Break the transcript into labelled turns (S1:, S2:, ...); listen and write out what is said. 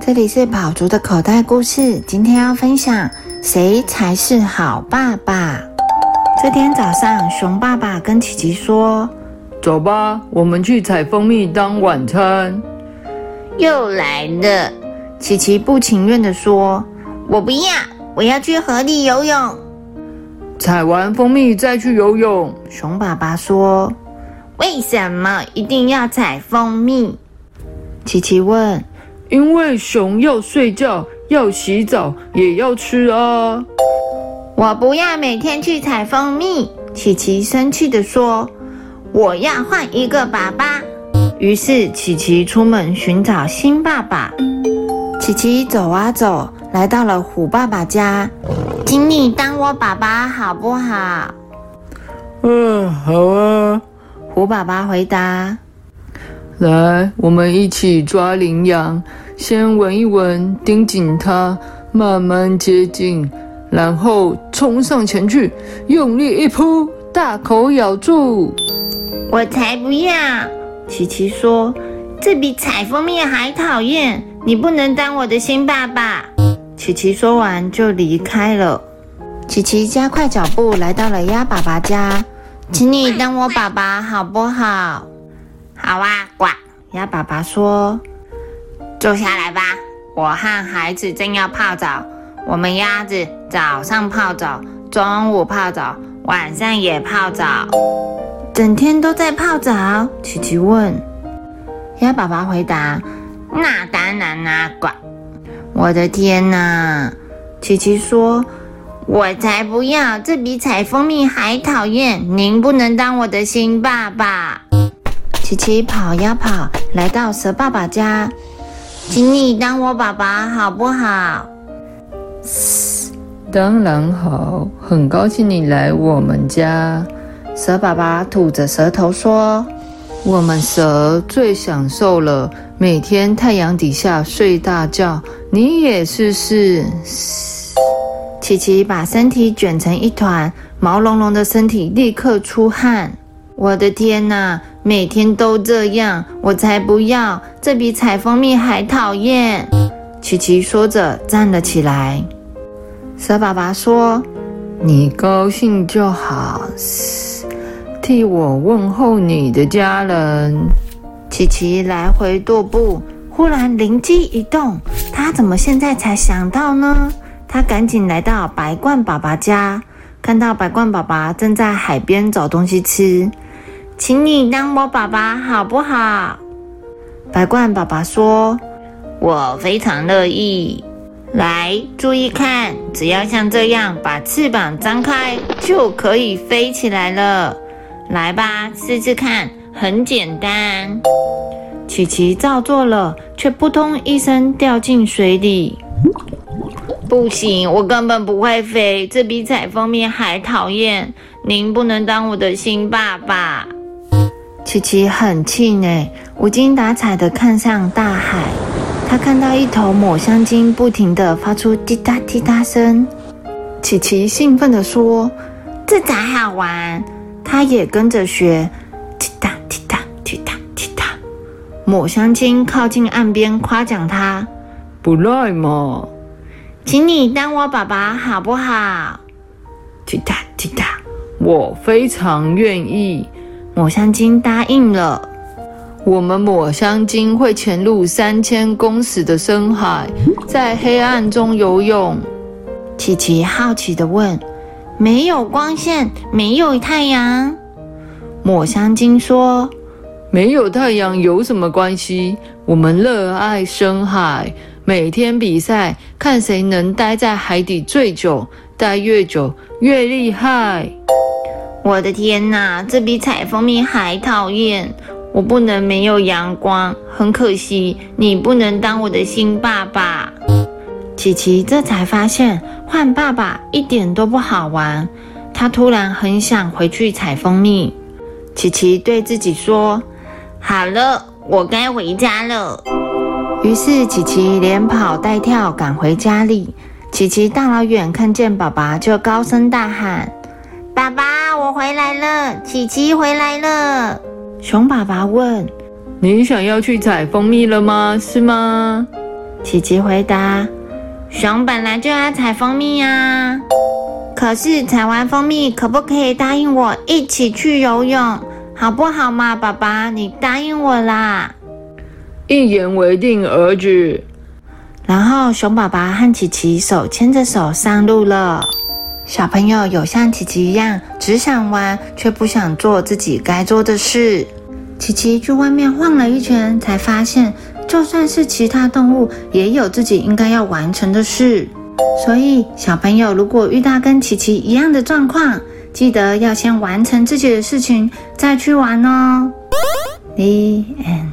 S1: 这里是宝竹的口袋故事，今天要分享谁才是好爸爸。这天早上，熊爸爸跟琪琪说
S2: 走吧，我们去采蜂蜜当晚餐。：“
S1: 又来了。”琪琪不情愿地说：“我不要，我要去河里游泳。
S2: 采完蜂蜜再去游泳。”
S1: 熊爸爸说：“为什么一定要采蜂蜜？”琪琪问。
S2: 因为熊要睡觉，要洗澡，也要吃啊。
S1: 我不要每天去采蜂蜜。琪琪生气地说：“我要换一个爸爸。”于是琪琪出门寻找新爸爸。琪琪走啊走，来到了虎爸爸家，请你当我爸爸好不好？
S2: 嗯，好啊。
S1: 虎爸爸回答。
S2: 来，我们一起抓羚羊，先闻一闻，盯紧它，慢慢接近，然后冲上前去，用力一扑，大口咬住。
S1: 我才不要！琪琪说：“这比采蜂蜜还讨厌，你不能当我的新爸爸。”琪琪说完就离开了。琪琪加快脚步来到了鸭爸爸家，请你当我爸爸好不好？好啊，呱！鸭爸爸说：“坐下来吧，我和孩子正要泡澡，我们鸭子早上泡澡，中午泡澡，晚上也泡澡。”整天都在泡澡？琪琪问。鸭爸爸回答：“那当然啦、乖。”我的天哪！琪琪说：“我才不要，这比采蜂蜜还讨厌！您不能当我的新爸爸。”琪琪跑呀跑，来到蛇爸爸家，请你当我爸爸好不好？
S2: 当然好，很高兴你来我们家。
S1: 蛇爸爸吐着舌头说
S2: 我们蛇最享受了，每天太阳底下睡大觉，你也试试。：“
S1: 琪琪把身体卷成一团，毛茸茸的身体立刻出汗。我的天哪，每天都这样，我才不要！这比采蜂蜜还讨厌。琪琪说着站了起来。蛇爸爸说
S2: 你高兴就好，替我问候你的家人。：“
S1: 琪琪来回踱步，忽然灵机一动，他怎么现在才想到呢？”他赶紧来到白鹳爸爸家，看到白鹳爸爸正在海边找东西吃，请你当我爸爸好不好？白鹳爸爸说：“我非常乐意。来，注意看，只要像这样把翅膀张开，就可以飞起来了。来吧，试试看，很简单。”琪琪照做了，却扑通一声掉进水里。不行，我根本不会飞，这比采蜂蜜还讨厌。您不能当我的新爸爸。琪琪很气馁，无精打采地看向大海。他看到一头抹香鲸不停地发出滴答滴答声。琪琪兴奋地说：“这才好玩！”他也跟着学，滴答滴答滴答滴答。抹香鲸靠近岸边，夸奖他
S2: 不赖嘛。：“
S1: 请你当我爸爸好不好
S2: 滴答滴答，我非常愿意。？”
S1: 抹香鲸答应了。
S2: 我们抹香鲸会潜入三千公尺的深海，在黑暗中游泳。
S1: 琪琪好奇地问：“没有光线，没有太阳？”抹香鲸说
S2: 没有太阳有什么关系？我们热爱深海，每天比赛，看谁能待在海底最久，待越久越厉害。：“
S1: 我的天哪，这比采蜂蜜还讨厌！我不能没有阳光，很可惜，你不能当我的新爸爸。”琪琪这才发现换爸爸一点都不好玩，他突然很想回去采蜂蜜。琪琪对自己说：“好了，我该回家了。”于是琪琪连跑带跳赶回家里。琪琪大老远看见爸爸，就高声大喊：“爸爸，我回来了！琪琪回来了！”熊爸爸问
S2: 你想要去采蜂蜜了吗？是吗？
S1: 琪琪回答：“熊本来就爱采蜂蜜呀、啊，可是采完蜂蜜，可不可以答应我一起去游泳，好不好嘛？爸爸，你答应我啦。”
S2: 一言为定，儿子。
S1: 然后熊爸爸和琪琪手牵着手上路了。小朋友有像琪琪一样只想玩，却不想做自己该做的事。琪琪去外面晃了一圈，才发现，就算是其他动物，也有自己应该要完成的事。所以，小朋友如果遇到跟琪琪一样的状况，记得要先完成自己的事情，再去玩哦。The end.